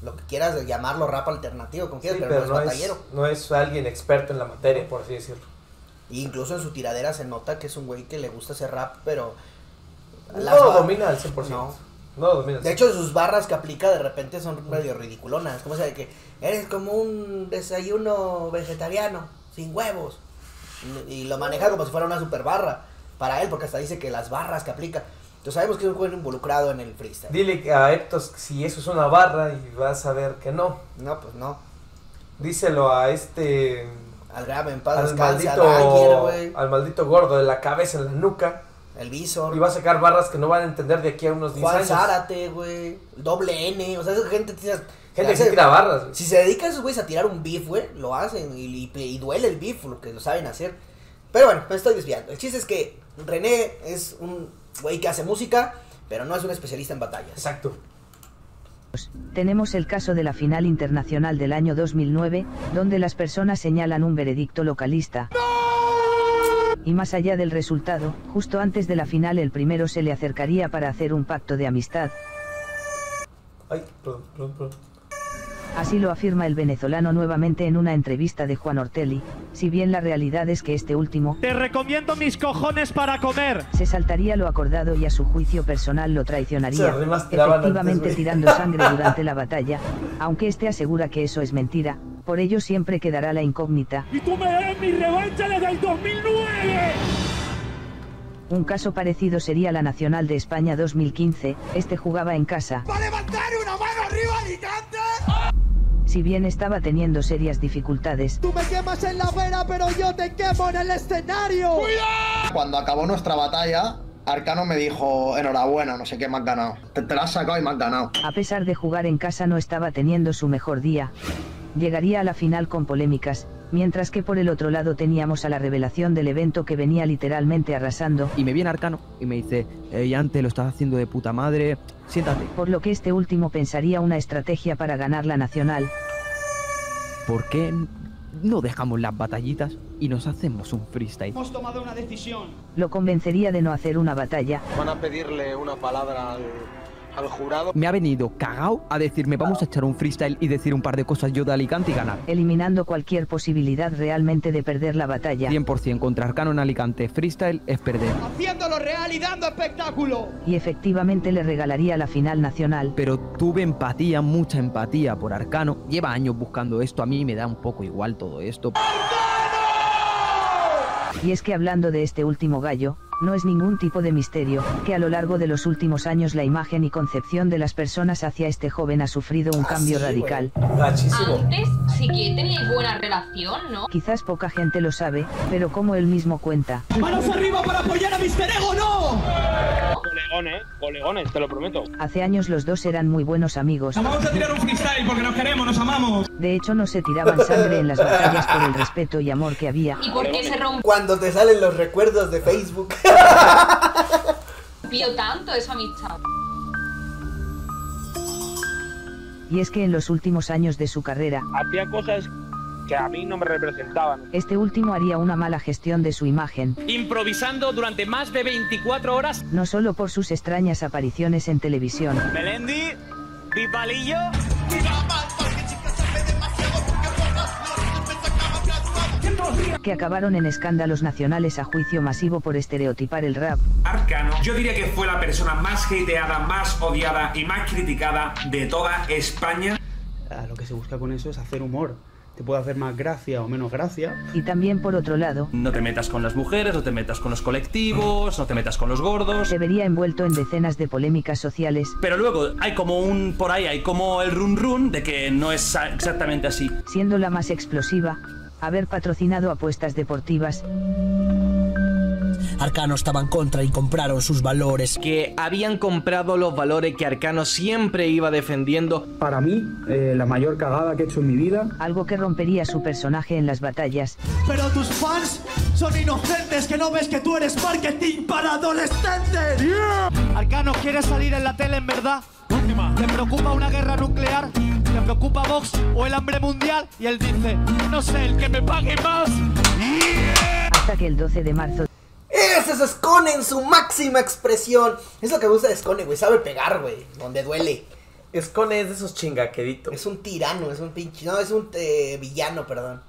Speaker 1: lo que quieras llamarlo rap alternativo, como
Speaker 2: Sí,
Speaker 1: quieras, pero, no es batallero.
Speaker 2: no es alguien experto en la materia, por así decirlo.
Speaker 1: E Incluso en su tiradera se nota que es un güey que le gusta hacer rap, pero...
Speaker 2: No
Speaker 1: las
Speaker 2: lo
Speaker 1: ba-
Speaker 2: domina al 100%. No, lo domina al
Speaker 1: De hecho, sus barras que aplica de repente son medio ridiculonas. Como esa de que eres como un desayuno vegetariano, sin huevos. Y lo maneja como si fuera una super barra para él, porque hasta dice que las barras que aplica. Entonces sabemos que es un juego involucrado en el freestyle.
Speaker 2: Dile a Eptos si eso es una barra y vas a ver que no.
Speaker 1: No, pues no.
Speaker 2: Díselo a este.
Speaker 1: Al grave, en paz,
Speaker 2: Al
Speaker 1: descanse, a
Speaker 2: maldito,
Speaker 1: Dagger, güey.
Speaker 2: al maldito gordo de la cabeza en la nuca.
Speaker 1: El visor.
Speaker 2: Y va a sacar barras que no van a entender de aquí a unos 10
Speaker 1: Juan
Speaker 2: años.
Speaker 1: Zárate, güey. Doble N. O sea, esa gente. Gente
Speaker 2: Gente que tira barras, güey.
Speaker 1: Si se dedican esos güeyes a tirar un beef, güey, lo hacen. Y, y- y duele el beef, lo que lo saben hacer. Pero bueno, me estoy desviando. El chiste es que René es un güey que hace música, pero no es un especialista en batallas.
Speaker 2: Exacto.
Speaker 3: Tenemos el caso de la final internacional del año 2009, donde las personas señalan un veredicto localista. Y más allá del resultado, justo antes de la final el primero se le acercaría para hacer un pacto de amistad.
Speaker 2: Ay, perdón, perdón, perdón.
Speaker 3: Así lo afirma el venezolano nuevamente en una entrevista de Juan Ortelli, si bien la realidad es que este último
Speaker 8: Te recomiendo mis cojones para comer.
Speaker 3: se saltaría lo acordado y a su juicio personal lo traicionaría,
Speaker 2: Se rimas tiraban
Speaker 3: efectivamente
Speaker 2: antes, güey.
Speaker 3: tirando sangre durante la batalla, aunque este asegura que eso es mentira, por ello siempre quedará la incógnita,
Speaker 8: Y tú me debes mi revancha desde el 2009.
Speaker 3: Un caso parecido sería la Nacional de España 2015, este jugaba en casa. Si bien estaba teniendo serias dificultades,
Speaker 6: Tú me quemas en la vera, pero yo te quemo en el escenario.
Speaker 15: Cuando acabó nuestra batalla, Arcano me dijo, enhorabuena, no sé qué, me has ganado. Te, te la has sacado y me has ganado.
Speaker 3: a pesar de jugar en casa no estaba teniendo su mejor día. Llegaría a la final con polémicas, mientras que por el otro lado teníamos a la revelación del evento que venía literalmente arrasando,
Speaker 24: Y me viene Arcano y me dice, hey, antes lo estás haciendo de puta madre, siéntate.
Speaker 3: por lo que este último pensaría una estrategia para ganar la Nacional,
Speaker 24: ¿Por qué no dejamos las batallitas y nos hacemos un freestyle?
Speaker 8: Hemos tomado una decisión.
Speaker 3: lo convencería de no hacer una batalla,
Speaker 5: Van a pedirle una palabra al, jurado.
Speaker 24: Me ha venido cagao a decirme, vamos a echar un freestyle y decir un par de cosas yo de Alicante y ganar.
Speaker 3: eliminando cualquier posibilidad realmente de perder la batalla.
Speaker 24: 100% contra Arcano en Alicante, freestyle es perder.
Speaker 6: Haciéndolo real y dando espectáculo.
Speaker 3: y efectivamente le regalaría la final nacional.
Speaker 24: Pero tuve empatía, mucha empatía por Arcano. Lleva años buscando esto, a mí me da un poco igual todo esto.
Speaker 3: Y es que hablando de este último gallo, no es ningún tipo de misterio, que a lo largo de los últimos años la imagen y concepción de las personas hacia este joven ha sufrido un cambio
Speaker 2: sí, güey.
Speaker 3: radical.
Speaker 2: Gachísimo.
Speaker 16: Antes sí que teníais buena relación, ¿no?
Speaker 3: Quizás poca gente lo sabe, pero como él mismo cuenta,
Speaker 6: ¡Manos arriba para apoyar a Mister Ego, no!
Speaker 17: Colegones, colegones, te lo prometo.
Speaker 3: hace años los dos eran muy buenos amigos.
Speaker 17: Vamos a tirar un freestyle porque nos queremos, nos amamos.
Speaker 3: De hecho no se tiraban sangre en las batallas por el respeto y amor que había.
Speaker 16: ¿Y por qué se
Speaker 1: Cuando te salen los recuerdos de Facebook.
Speaker 16: rompió tanto esa amistad?
Speaker 3: Y es que en los últimos años de su carrera,
Speaker 17: Hacía cosas que a mí no me representaban.
Speaker 3: este último haría una mala gestión de su imagen,
Speaker 17: Improvisando durante más de 24 horas.
Speaker 3: no solo por sus extrañas apariciones en televisión,
Speaker 17: Melendi, Pipalillo.
Speaker 3: que acabaron en escándalos nacionales a juicio masivo por estereotipar el rap,
Speaker 18: Arcano, yo diría que fue la persona más hateada, más odiada y más criticada de toda España.
Speaker 17: Ah, lo que se busca con eso es hacer humor. Te puede hacer más gracia o menos gracia.
Speaker 3: y también por otro lado,
Speaker 17: No te metas con las mujeres, no te metas con los colectivos, no te metas con los gordos.
Speaker 3: se vería envuelto en decenas de polémicas sociales,
Speaker 17: Pero luego hay como un por ahí, hay como el run run de que no es exactamente así.
Speaker 3: siendo la más explosiva, haber patrocinado apuestas deportivas,
Speaker 24: Arcano estaba en contra y compraron sus valores. Que habían comprado los valores que Arcano siempre iba defendiendo. Para mí, eh, la mayor cagada que he hecho en mi vida.
Speaker 3: algo que rompería su personaje en las batallas,
Speaker 6: Pero tus fans son inocentes que no ves que tú eres marketing para adolescentes. Arcano, ¿quieres salir en la tele en verdad? Última. ¿Te preocupa una guerra nuclear? ¿Te preocupa Vox o el hambre mundial? Y él dice, no sé, el que me pague más.
Speaker 3: hasta que el 12 de marzo
Speaker 1: Ese es Scone en su máxima expresión. Es lo que me gusta de Scone, güey. Sabe pegar, güey. Donde duele.
Speaker 2: Scone es de esos chingaqueditos.
Speaker 1: Es un tirano, es un pinche. No, es un eh, villano, perdón.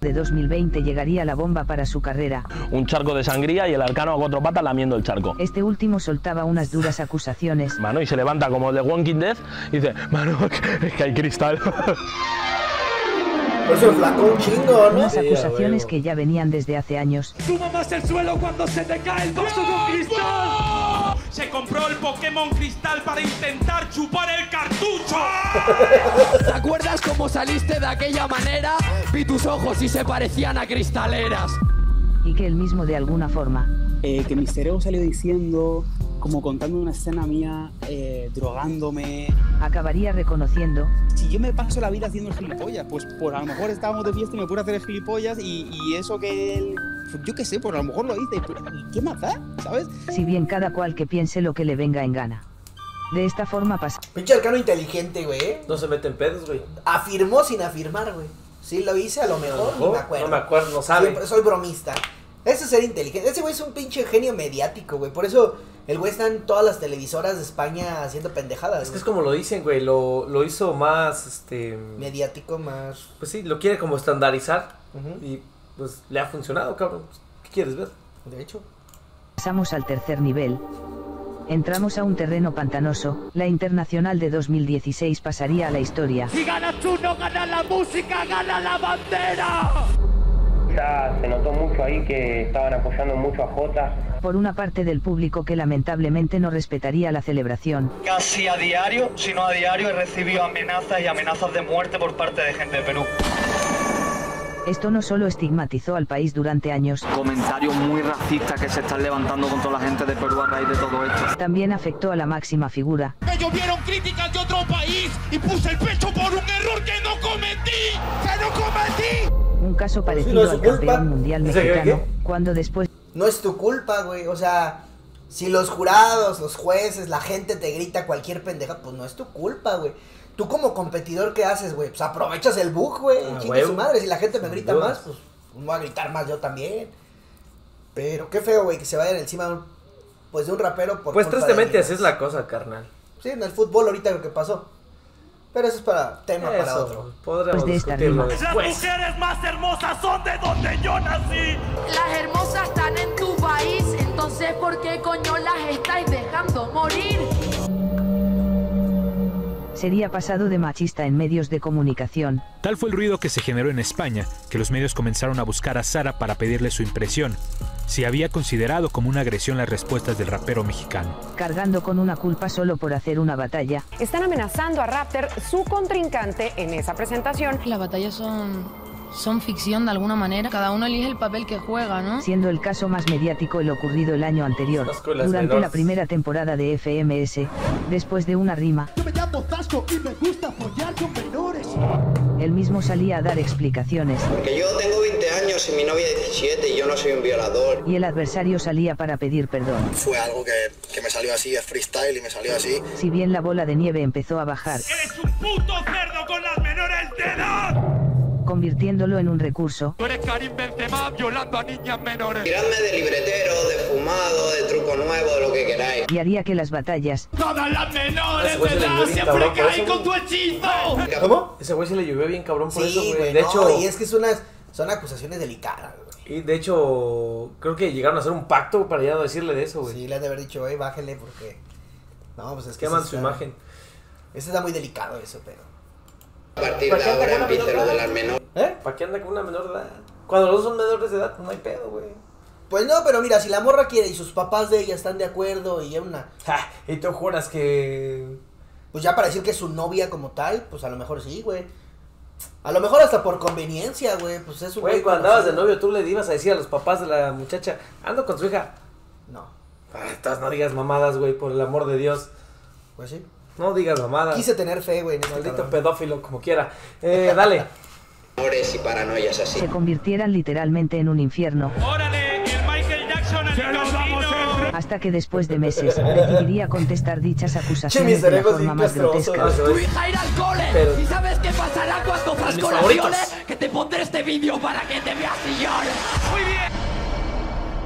Speaker 3: de 2020 llegaría la bomba para su carrera,
Speaker 17: Un charco de sangría y el arcano a cuatro patas lamiendo el charco.
Speaker 3: este último soltaba unas duras acusaciones,
Speaker 17: Mano, y se levanta como el de Walking Dead y dice, mano, es que hay cristal.
Speaker 1: Por eso flaco un chingo, ¿no?
Speaker 3: unas acusaciones que ya venían desde hace años,
Speaker 8: Tú mamas el suelo cuando se te cae el vaso con cristal. Se compró el Pokémon Cristal para intentar chupar el cartucho.
Speaker 6: ¡Ah!
Speaker 24: ¿Te acuerdas cómo saliste de aquella manera? Vi tus ojos y se parecían a cristaleras.
Speaker 3: y que él mismo de alguna forma,
Speaker 17: Eh, que mi cerebro salió diciendo, como contando una escena mía, eh, drogándome.
Speaker 3: acabaría reconociendo,
Speaker 17: Si yo me paso la vida haciendo el gilipollas, pues por a lo mejor estábamos de fiesta y me puse a hacer el gilipollas y, y eso que él, yo qué sé, por a lo pues, mejor lo hice. y, pues, ¿Qué más da? ¿Sabes?
Speaker 3: si bien cada cual que piense lo que le venga en gana. De esta forma pasa.
Speaker 1: Pinche arcano inteligente, güey.
Speaker 2: No se meten pedos, güey.
Speaker 1: Afirmó sin afirmar, güey. Sí, lo hice a lo mejor, ni
Speaker 2: No,
Speaker 1: me acuerdo.
Speaker 2: no me acuerdo, no sabe.
Speaker 1: Siempre soy bromista. Eso es ser inteligente. Ese güey es un pinche genio mediático, güey. Por eso el güey está en todas las televisoras de España haciendo pendejadas.
Speaker 2: Es que es como lo dicen, güey. Lo, lo hizo más, este...
Speaker 1: Mediático más...
Speaker 2: Pues sí, lo quiere como estandarizar.
Speaker 1: Ujú.
Speaker 2: Y pues le ha funcionado, cabrón. ¿Qué quieres ver?
Speaker 1: De hecho.
Speaker 3: Pasamos al tercer nivel. Entramos a un terreno pantanoso, la internacional de 2016 pasaría a la historia.
Speaker 6: Si ganas tú, no ganas la música, gana la bandera.
Speaker 4: Ya se notó mucho ahí que estaban apoyando mucho a Jota.
Speaker 3: Por una parte del público que lamentablemente no respetaría la celebración,
Speaker 7: Casi a diario, si no a diario, he recibido amenazas y amenazas de muerte por parte de gente de Perú.
Speaker 3: esto no solo estigmatizó al país durante años,
Speaker 7: Comentarios muy racistas que se están levantando contra la gente de Perú a raíz de todo esto.
Speaker 3: también afectó a la máxima figura,
Speaker 6: Me llovieron críticas de otro país y puse el pecho por un error que no cometí. ¡Que no cometí!
Speaker 3: un caso
Speaker 1: no
Speaker 3: parecido
Speaker 1: es su
Speaker 3: al campeón
Speaker 1: culpa.
Speaker 3: mundial
Speaker 1: ¿Dice que
Speaker 3: mexicano, cuando después
Speaker 1: No es tu culpa, güey. O sea, si los jurados, los jueces, la gente te grita cualquier pendeja, pues no es tu culpa, güey. Tú como competidor, ¿qué haces, güey? Pues aprovechas el bug, güey.
Speaker 2: Ah,
Speaker 1: Chingue
Speaker 2: güey.
Speaker 1: su madre. Si la gente me grita
Speaker 2: duda.
Speaker 1: más, pues me voy a gritar más yo también. Pero qué feo, güey, que se vayan encima de un- pues, de un rapero por
Speaker 2: Pues
Speaker 1: culpa de
Speaker 2: tristemente
Speaker 1: alguien.
Speaker 2: así es la cosa, carnal.
Speaker 1: Sí, en el fútbol ahorita lo que pasó. Pero eso es para tema para
Speaker 2: Eso,
Speaker 1: otro.
Speaker 2: Podremos
Speaker 3: Pues de esta
Speaker 2: discutirlo
Speaker 3: rima.
Speaker 6: Las
Speaker 2: después.
Speaker 6: mujeres más hermosas son de donde yo nací.
Speaker 19: Las hermosas están en tu país, entonces ¿por qué coño las estáis dejando morir?
Speaker 3: sería pasado de machista en medios de comunicación,
Speaker 20: Tal fue el ruido que se generó en España, que los medios comenzaron a buscar a Sara para pedirle su impresión, si había considerado como una agresión las respuestas del rapero mexicano.
Speaker 3: cargando con una culpa solo por hacer una batalla,
Speaker 21: Están amenazando a Raptor, su contrincante, en esa presentación.
Speaker 23: Las batallas son, son ficción de alguna manera. Cada uno elige el papel que juega, ¿no?
Speaker 3: siendo el caso más mediático el ocurrido el año anterior,
Speaker 23: Estas con las
Speaker 3: durante la
Speaker 23: menores.
Speaker 3: primera temporada de FMS, después de una rima,
Speaker 6: Yo me llamo Tasco y me gusta apoyar con menores.
Speaker 3: él mismo salía a dar explicaciones,
Speaker 25: Porque yo tengo 20 años y mi novia 17 y yo no soy un violador.
Speaker 3: y el adversario salía para pedir perdón.
Speaker 25: Fue algo que, que me salió así, es freestyle y me salió así.
Speaker 3: Si bien la bola de nieve empezó a bajar,
Speaker 6: ¡Puto cerdo con las menores de edad!
Speaker 3: convirtiéndolo en un recurso,
Speaker 6: Tú eres Karim Benzema violando a niñas menores.
Speaker 25: Tiradme de libretero, de fumado, de truco nuevo, de lo que queráis.
Speaker 3: y haría que las batallas
Speaker 6: Todas las
Speaker 2: Ese
Speaker 6: menores
Speaker 2: güey
Speaker 6: de
Speaker 2: se le
Speaker 6: edad
Speaker 2: dio bien
Speaker 6: siempre
Speaker 2: cabrón, por
Speaker 6: caen
Speaker 2: eso,
Speaker 6: con tu hechizo.
Speaker 2: ¿Cómo? Ese güey se le llovió bien cabrón por eso,
Speaker 1: Sí,
Speaker 2: güey.
Speaker 1: güey.
Speaker 2: De
Speaker 1: no,
Speaker 2: hecho,
Speaker 1: y es que es unas, son acusaciones delicadas, güey.
Speaker 2: y de hecho, creo que llegaron a hacer un pacto para ya no decirle de eso, güey.
Speaker 1: Sí, le han de haber dicho, eh, bájele porque. No, pues es que.
Speaker 2: Queman
Speaker 1: eso
Speaker 2: su
Speaker 1: está-
Speaker 2: imagen.
Speaker 1: Eso está muy delicado, eso, pero.
Speaker 25: A partir
Speaker 2: ¿Para
Speaker 25: de
Speaker 2: qué
Speaker 25: ahora
Speaker 2: anda con una
Speaker 25: empieza lo
Speaker 2: menor
Speaker 25: de
Speaker 2: de
Speaker 25: las
Speaker 2: edad?
Speaker 25: menores.
Speaker 2: ¿Eh? ¿Para qué anda con una menor de edad? Cuando los dos son menores de edad, no hay pedo, güey.
Speaker 1: Pues no, pero mira, si la morra quiere y sus papás de ella están de acuerdo y ya una.
Speaker 2: Y tú juras que.
Speaker 1: Pues ya para decir que es su novia como tal, pues a lo mejor sí, güey. A lo mejor hasta por conveniencia, güey. Pues es un
Speaker 2: Güey, cuando
Speaker 1: conocido.
Speaker 2: andabas de novio, tú le ibas a decir a los papás de la muchacha, ando con su hija.
Speaker 1: No.
Speaker 2: Ah, Estas no digas mamadas, güey, por el amor de Dios.
Speaker 1: Pues sí.
Speaker 2: No digas mamadas.
Speaker 1: Quise tener fe, güey. en este
Speaker 2: Ah. Maldito
Speaker 1: cabrón.
Speaker 2: pedófilo, como quiera. Eh, dale.
Speaker 25: y paranoias así.
Speaker 3: se convirtieran literalmente en un infierno, hasta que después de meses decidiría contestar dichas acusaciones de la
Speaker 6: cerebro es
Speaker 3: forma
Speaker 6: bien
Speaker 3: más
Speaker 6: castroso.
Speaker 3: grotesca.
Speaker 6: Tu hija irá al cole.
Speaker 3: Pero-
Speaker 6: ¿Y sabes qué pasará cuando Frasco la
Speaker 3: favoritos.
Speaker 6: viole? Que te pondré este vídeo para que te veas y llores. Muy bien.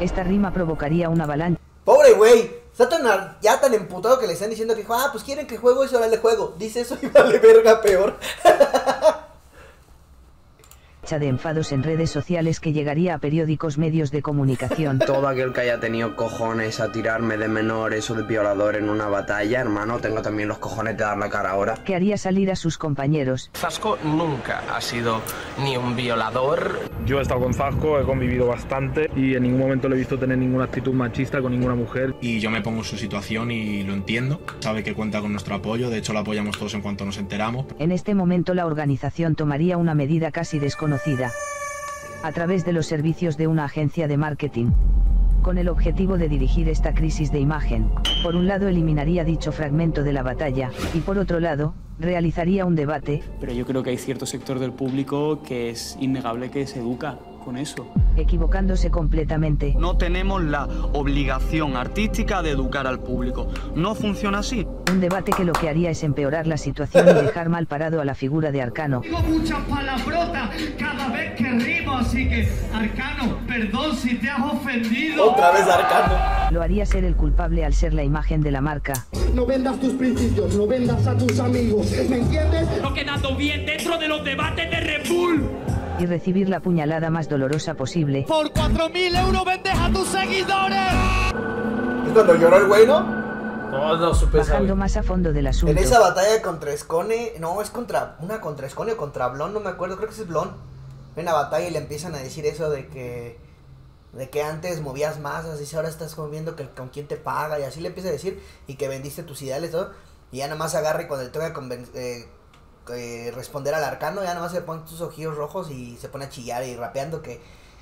Speaker 3: Esta rima provocaría una avalancha
Speaker 1: Pobre güey. Está tan ar- ya tan emputado que le están diciendo que dijo, ah, pues quieren que juego eso, ahora le juego. Dice eso y vale verga peor.
Speaker 3: de enfados en redes sociales que llegaría a periódicos medios de comunicación.
Speaker 4: Todo aquel que haya tenido cojones a tirarme de menores o de violador en una batalla, hermano, tengo también los cojones de dar la cara ahora.
Speaker 3: que haría salir a sus compañeros,
Speaker 4: Zasco nunca ha sido ni un violador.
Speaker 28: Yo he estado con Zasco, he convivido bastante y en ningún momento le he visto tener ninguna actitud machista con ninguna mujer.
Speaker 29: Y yo me pongo en su situación y lo entiendo. Sabe que cuenta con nuestro apoyo, de hecho lo apoyamos todos en cuanto nos enteramos.
Speaker 3: en este momento la organización tomaría una medida casi desconocida, a través de los servicios de una agencia de marketing, con el objetivo de dirigir esta crisis de imagen. Por un lado eliminaría dicho fragmento de la batalla, y por otro lado, realizaría un debate,
Speaker 9: Pero yo creo que hay cierto sector del público que es innegable que se educa con eso.
Speaker 3: equivocándose completamente.
Speaker 9: No tenemos la obligación artística de educar al público. No funciona así.
Speaker 3: Un debate que lo que haría es empeorar la situación y dejar mal parado a la figura de Arcano.
Speaker 6: Digo muchas palabrotas cada vez que rimo, así que, Arcano, perdón si te has ofendido.
Speaker 3: Lo haría ser el culpable al ser la imagen de la marca.
Speaker 6: No vendas tus principios, no vendas a tus amigos, ¿me entiendes?
Speaker 8: No quedando bien dentro de los debates de Red Bull.
Speaker 3: y recibir la puñalada más dolorosa posible.
Speaker 6: Por 4.000 euros vendes a tus seguidores.
Speaker 1: Es cuando lloró el güey, ¿no?
Speaker 2: No, Oh, no supe esa,
Speaker 3: Bajando
Speaker 2: güey.
Speaker 3: más a fondo del asunto.
Speaker 1: En esa batalla contra Escone, no, es contra una contra Escone o contra Blon, no me acuerdo, creo que es Blon. En la batalla y le empiezan a decir eso de que de que antes movías masas y ahora estás viendo que con quién te paga y así le empieza a decir y que vendiste tus ideales y todo y ya nada más agarra y cuando le toca conven- eh, eh, responder al arcano ya nada más se pone sus ojillos rojos y se pone a chillar y rapeando que,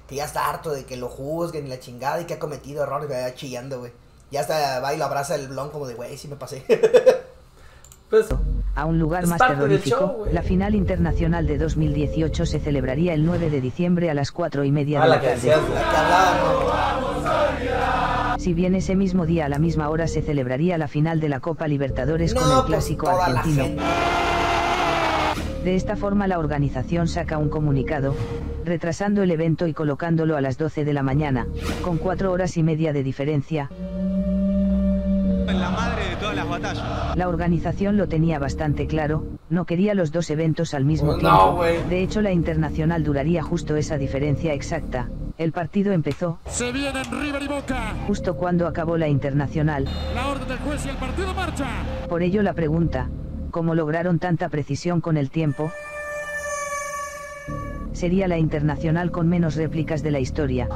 Speaker 1: que ya está harto de que lo juzguen y la chingada y que ha cometido errores ya chillando güey ya hasta va y lo abraza el blon como de güey sí me pasé
Speaker 2: Pues,
Speaker 3: A un lugar
Speaker 1: Es
Speaker 3: más
Speaker 1: parte del
Speaker 3: terrorífico,
Speaker 1: show, güey.
Speaker 3: la final internacional de 2018 se celebraría el 9 de diciembre a las 4 y media
Speaker 1: Ah,
Speaker 3: de
Speaker 1: la
Speaker 3: la
Speaker 1: que
Speaker 3: tarde.
Speaker 1: decías, la que hablaba.
Speaker 3: Si bien ese mismo día a la misma hora se celebraría la final de la Copa Libertadores con
Speaker 1: pues,
Speaker 3: el clásico argentino. De esta forma la organización saca un comunicado, retrasando el evento y colocándolo a las 12 de la mañana, con 4 horas y media de diferencia,
Speaker 6: La madre de todas las batallas.
Speaker 3: La organización lo tenía bastante claro, no quería los dos eventos al mismo
Speaker 6: Oh, no,
Speaker 3: tiempo.
Speaker 6: güey.
Speaker 3: de hecho, la internacional duraría justo esa diferencia exacta. El partido empezó
Speaker 10: Se vienen River y Boca.
Speaker 3: justo cuando acabó la internacional.
Speaker 10: La orden del juez y el partido marcha.
Speaker 3: Por ello la pregunta, ¿cómo lograron tanta precisión con el tiempo? Sería la internacional con menos réplicas de la historia.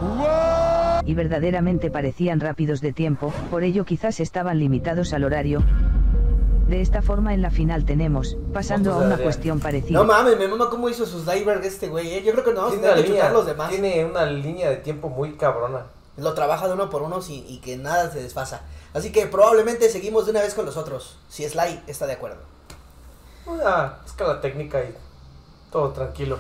Speaker 3: Y verdaderamente parecían rápidos de tiempo, por ello quizás estaban limitados al horario. De esta forma en la final tenemos, pasando a
Speaker 1: Fotos de
Speaker 3: una
Speaker 1: Adrián.
Speaker 3: cuestión parecida.
Speaker 1: No mames, me mama cómo hizo sus diver este güey, ¿eh? Yo creo que no vamos a
Speaker 2: Tiene una,
Speaker 1: tener que
Speaker 2: línea,
Speaker 1: chutar los demás.
Speaker 2: tiene una línea de tiempo muy cabrona.
Speaker 1: Lo trabaja de uno por uno sin- y que nada se desfasa. Así que probablemente seguimos de una vez con los otros, si Sly está de acuerdo.
Speaker 2: Una escala técnica y todo tranquilo.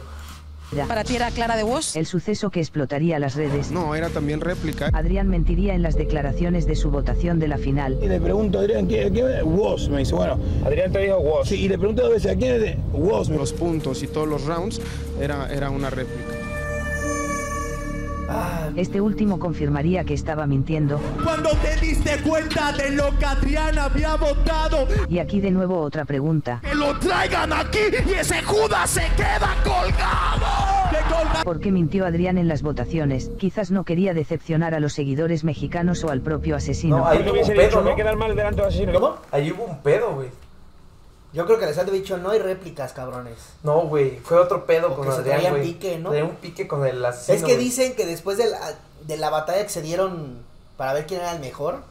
Speaker 3: ¿Para ti era Clara de Vos? El suceso que explotaría las redes. No, era también réplica. Adrián mentiría en las declaraciones de su votación de la final.
Speaker 11: Y le pregunto a Adrián, ¿qué, qué Woz? Me dice, bueno. Adrián te dijo Woz. Sí, y le pregunto dos veces, ¿a quién es de Woz? Los puntos y todos los rounds era, era una réplica.
Speaker 3: Este último confirmaría que estaba mintiendo.
Speaker 6: Cuando te diste cuenta de lo que Adrián había votado,
Speaker 3: Y aquí de nuevo otra pregunta.
Speaker 6: que lo traigan aquí y ese Judas se queda colgado. Que colga-
Speaker 3: ¿Por qué mintió Adrián en las votaciones? Quizás no quería decepcionar a los seguidores mexicanos o al propio asesino.
Speaker 2: No, ahí tuvo un pedo, ¿no?
Speaker 1: mal delante de asesino. ¿Cómo?
Speaker 2: Ahí hubo un pedo, güey.
Speaker 1: Yo creo que les han dicho, no hay réplicas, cabrones.
Speaker 2: No, güey, fue otro pedo con
Speaker 1: que se
Speaker 2: Adrián,
Speaker 1: traían
Speaker 2: güey.
Speaker 1: pique, ¿no?
Speaker 2: Traía un pique con el asesino.
Speaker 1: es que
Speaker 2: güey.
Speaker 1: dicen que después de la, de la batalla que se dieron para ver quién era el mejor,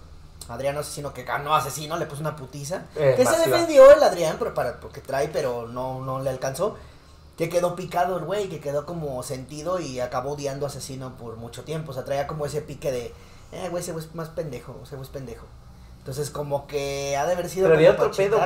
Speaker 1: Adrián Asesino, que ganó Asesino, le puso una putiza.
Speaker 2: Eh,
Speaker 1: que se
Speaker 2: masiva.
Speaker 1: defendió el Adrián pero para, porque trae, pero no, no le alcanzó. Que quedó picado el güey, que quedó como sentido y acabó odiando a Asesino por mucho tiempo. O sea, traía como ese pique de, eh, güey, ese güey es más pendejo, ese güey es pendejo. Entonces, como que ha de haber sido.
Speaker 2: Pero había
Speaker 1: como
Speaker 2: otro
Speaker 1: para
Speaker 2: pedo
Speaker 1: chingar,